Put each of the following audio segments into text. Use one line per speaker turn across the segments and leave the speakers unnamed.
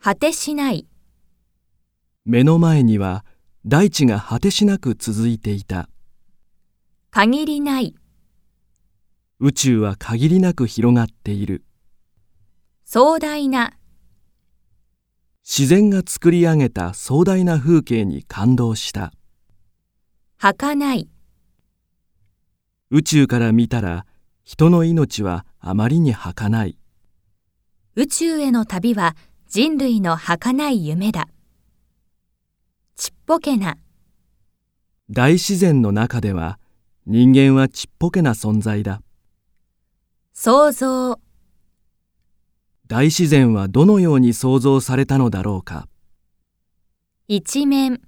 果てしない、
目の前には大地が果てしなく続いていた
限りない、
宇宙は限りなく広がっている
壮大な、
自然が作り上げた壮大な風景に感動した
儚い、
宇宙から見たら人の命はあまりに儚い
宇宙への旅は人類の儚い夢だ。ちっぽけな、
大自然の中では人間はちっぽけな存在だ
想像、
大自然はどのように想像されたのだろうか
一面、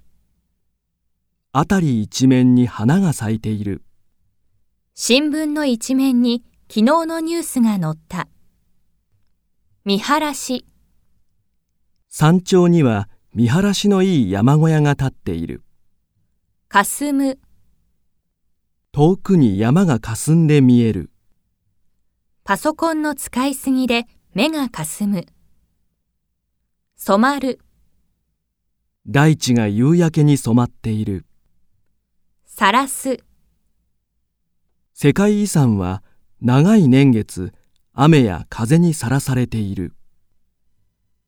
辺り一面に花が咲いている
新聞の一面に昨日のニュースが載った。見晴らし、
山頂には見晴らしのいい山小屋が建っている
霞む、
遠くに山が霞んで見える
パソコンの使いすぎで目が霞む。染まる、
大地が夕焼けに染まっている
さらす、
世界遺産は長い年月雨や風にさらされている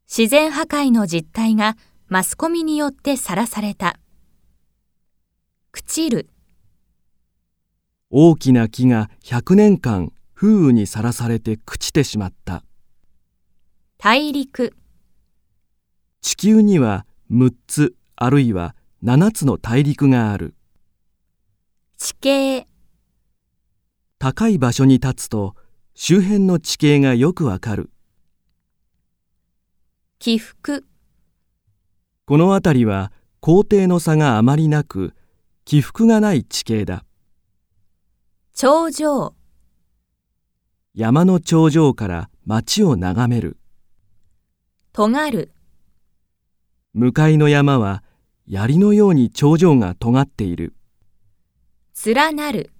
自然破壊の実態がマスコミによってさらされた。朽ちる、
大きな木が100年間風雨にさらされて朽ちてしまった
大陸、
地球には6つあるいは7つの大陸がある
地形、
高い場所に立つと周辺の地形がよくわかる
起伏、
この辺りは高低の差があまりなく起伏がない地形だ
頂上、
山の頂上から町を眺める
尖る、
向かいの山は槍のように頂上が尖っている
連なる、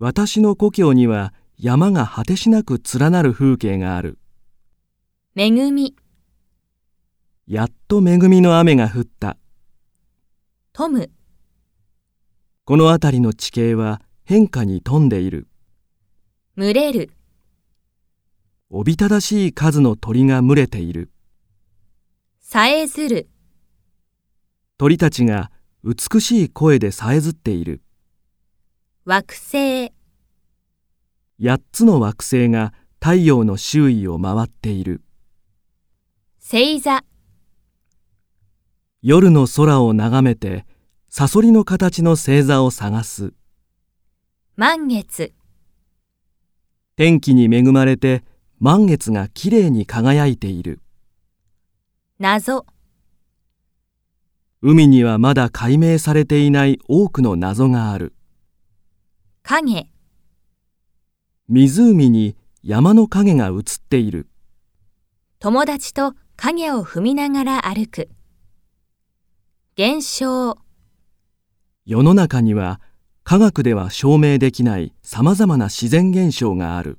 私の故郷には山が果てしなく連なる風景がある
恵み、
やっと恵みの雨が降った
富む、
この辺りの地形は変化に富んでいる
群れる、
おびただしい数の鳥が群れている
さえずる、
鳥たちが美しい声でさえずっている
惑星、
8つの惑星が太陽の周囲を回っている
星座、
夜の空を眺めてサソリの形の星座を探す
満月、
天気に恵まれて満月がきれいに輝いている
謎、
海にはまだ解明されていない多くの謎がある
影、
湖に山の影が映っている
友達と影を踏みながら歩く。現象、
世の中には科学では証明できない様々な自然現象がある